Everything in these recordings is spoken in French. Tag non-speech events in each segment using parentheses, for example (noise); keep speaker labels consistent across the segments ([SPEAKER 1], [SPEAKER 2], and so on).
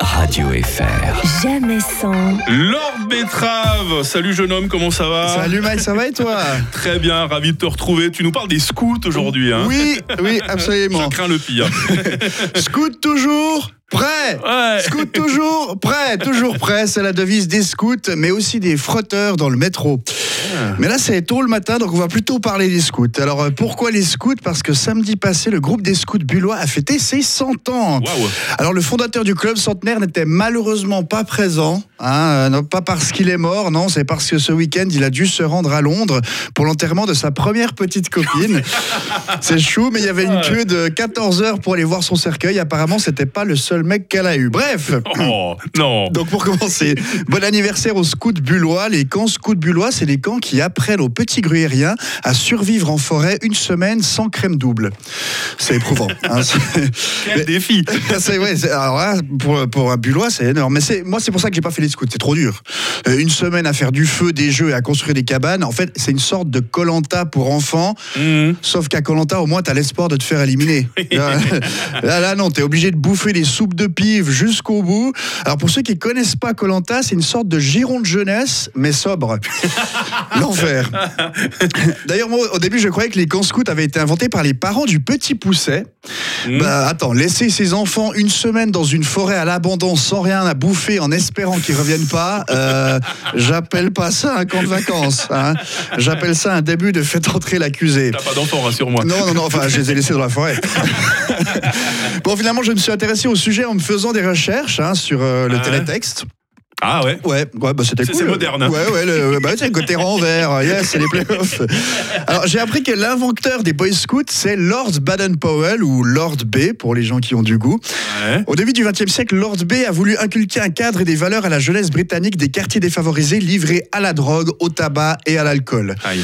[SPEAKER 1] Radio FR.
[SPEAKER 2] Jamais sans,
[SPEAKER 3] Lord Betrave, salut jeune homme, comment ça va
[SPEAKER 4] Salut Mike, ça va et toi
[SPEAKER 3] Très bien, ravi de te retrouver. Tu nous parles des scouts aujourd'hui. Hein
[SPEAKER 4] Oui, oui,
[SPEAKER 3] Je
[SPEAKER 4] absolument.
[SPEAKER 3] crains le pire.
[SPEAKER 4] Scout toujours prêt
[SPEAKER 3] Ouais.
[SPEAKER 4] Scout toujours prêt, toujours prêt, c'est la devise des scouts, mais aussi des frotteurs dans le métro. Mais là, c'est tôt le matin, donc on va plutôt parler des scouts. Alors, euh, pourquoi les scouts Parce que samedi passé, le groupe des scouts bullois a fêté ses 100 ans.
[SPEAKER 3] Waouh
[SPEAKER 4] Alors le fondateur du club centenaire n'était malheureusement pas présent, hein, euh, non, pas parce qu'il est mort, non, c'est parce que ce week-end il a dû se rendre à Londres pour l'enterrement de sa première petite copine. c'est chou, mais il y avait une queue de 14 heures pour aller voir son cercueil. Apparemment, c'était pas le seul mec qu'elle a eu. Bref.
[SPEAKER 3] Oh non
[SPEAKER 4] Donc pour commencer, bon anniversaire aux scouts bullois. Les camps scouts bullois, c'est des camps qui apprennent aux petits gruyériens à survivre en forêt une semaine sans crème double. C'est éprouvant. hein, c'est-
[SPEAKER 3] Quel défi
[SPEAKER 4] ah, (laughs) c'est- ouais, c'est- alors là, pour, pour un Bullois, c'est énorme. Mais c'est, moi, c'est pour ça que j'ai pas fait les scouts. C'est trop dur. Euh, une semaine à faire du feu, des jeux et à construire des cabanes. En fait, c'est une sorte de Colanta pour enfants.
[SPEAKER 3] Hmm.
[SPEAKER 4] Sauf qu'à Colanta, au moins, t'as l'espoir de te faire éliminer. (laughs) là, là, là, non, t'es obligé de bouffer des soupes de pive jusqu'au bout. Alors, pour ceux qui connaissent pas Colanta, c'est une sorte de giron de jeunesse, mais sobre.
[SPEAKER 3] (laughs)
[SPEAKER 4] L'enfer. D'ailleurs, moi, au début, je croyais que les camps scouts avaient été inventés par les parents du petit pousset.
[SPEAKER 3] Hmm.
[SPEAKER 4] Bah, attends, laisser ses enfants une semaine dans une forêt à l'abandon sans rien à bouffer en espérant qu'ils reviennent pas,
[SPEAKER 3] (laughs)
[SPEAKER 4] euh, j'appelle pas ça un camp de vacances. hein. J'appelle ça un début de fait entrer l'accusé.
[SPEAKER 3] T'as pas d'enfant, rassure-moi.
[SPEAKER 4] Non, non, non, enfin, je les ai laissés dans
[SPEAKER 3] (laughs)
[SPEAKER 4] la forêt. bon, finalement, je me suis intéressé au sujet en me faisant des recherches hein, sur euh, le
[SPEAKER 3] Ah ouais.
[SPEAKER 4] télétexte.
[SPEAKER 3] Ah ouais
[SPEAKER 4] Ouais, ouais, bah c'était
[SPEAKER 3] C'est-
[SPEAKER 4] cool.
[SPEAKER 3] c'est moderne. hein.
[SPEAKER 4] Ouais, ouais, le, bah, c'est le côté
[SPEAKER 3] (laughs)
[SPEAKER 4] rang vert. Yes, c'est les playoffs. Alors, j'ai appris que l'inventeur des Boy Scouts, c'est Lord Baden-Powell, ou Lord B, pour les gens qui ont du goût.
[SPEAKER 3] Ouais.
[SPEAKER 4] Au début du XXe siècle, Lord B a voulu inculquer un cadre et des valeurs à la jeunesse britannique des quartiers défavorisés livrés à la drogue, au tabac et à l'alcool.
[SPEAKER 3] Aïe.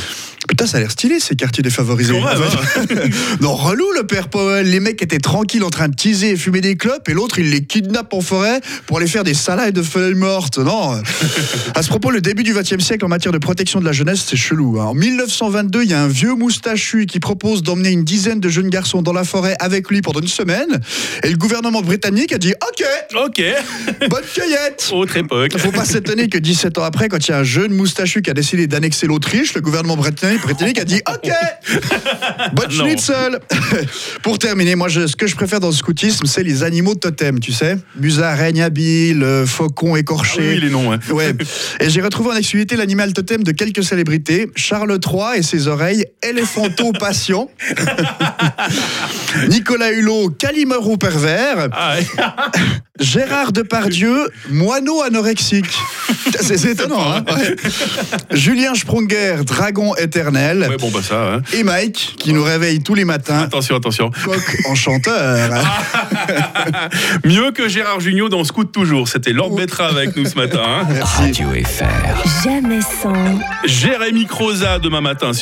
[SPEAKER 4] Putain, ça a l'air stylé ces quartiers défavorisés.
[SPEAKER 3] Quand même, hein.
[SPEAKER 4] En fait- (laughs) non, relou le père Powell. Les mecs étaient tranquilles en train de teaser et fumer des clopes et l'autre il les kidnappe en forêt pour les faire des salades de feuilles mortes. Non. à ce propos, le début du XXe siècle en matière de protection de la jeunesse, c'est chelou. hein. En 1922, il y a un vieux moustachu qui propose d'emmener une dizaine de jeunes garçons dans la forêt avec lui pendant une semaine et le gouvernement britannique a dit OK,
[SPEAKER 3] Ok,
[SPEAKER 4] bonne cueillette.
[SPEAKER 3] autre époque.
[SPEAKER 4] Faut pas s'étonner que 17 ans après, quand il y a un jeune moustachu qui a décidé d'annexer l'Autriche, le gouvernement britannique, britannique a dit OK
[SPEAKER 3] (laughs)
[SPEAKER 4] Bonne
[SPEAKER 3] Non.
[SPEAKER 4] schnitzel (laughs) Pour terminer, moi, je- ce que je préfère dans le scoutisme, c'est les animaux totems, tu sais Musa, règne habile, euh,
[SPEAKER 3] Ah
[SPEAKER 4] faucon
[SPEAKER 3] oui,
[SPEAKER 4] écorché.
[SPEAKER 3] les noms. hein.
[SPEAKER 4] (laughs) Ouais. Et j'ai retrouvé en activité l'animal totem de quelques célébrités, Charles III et ses oreilles, éléphanto-patient, (laughs) Nicolas Hulot, Calimero pervers,
[SPEAKER 3] Ah ouais.
[SPEAKER 4] Gérard Depardieu, moineau anorexique. C'est c'est étonnant, hein ouais. Julien Sprunger, dragon éternel.
[SPEAKER 3] Ouais, bon, bah ça. hein.
[SPEAKER 4] Et Mike, qui nous réveille tous les matins,
[SPEAKER 3] Attention, attention.
[SPEAKER 4] coq en chanteur.
[SPEAKER 3] Mieux que Gérard Jugnot dans Scout Toujours. C'était Lord Betrave avec nous ce
[SPEAKER 4] (laughs)
[SPEAKER 3] matin. hein.
[SPEAKER 1] Radio FR.
[SPEAKER 2] jamais sans.
[SPEAKER 3] Jérémy Croza demain matin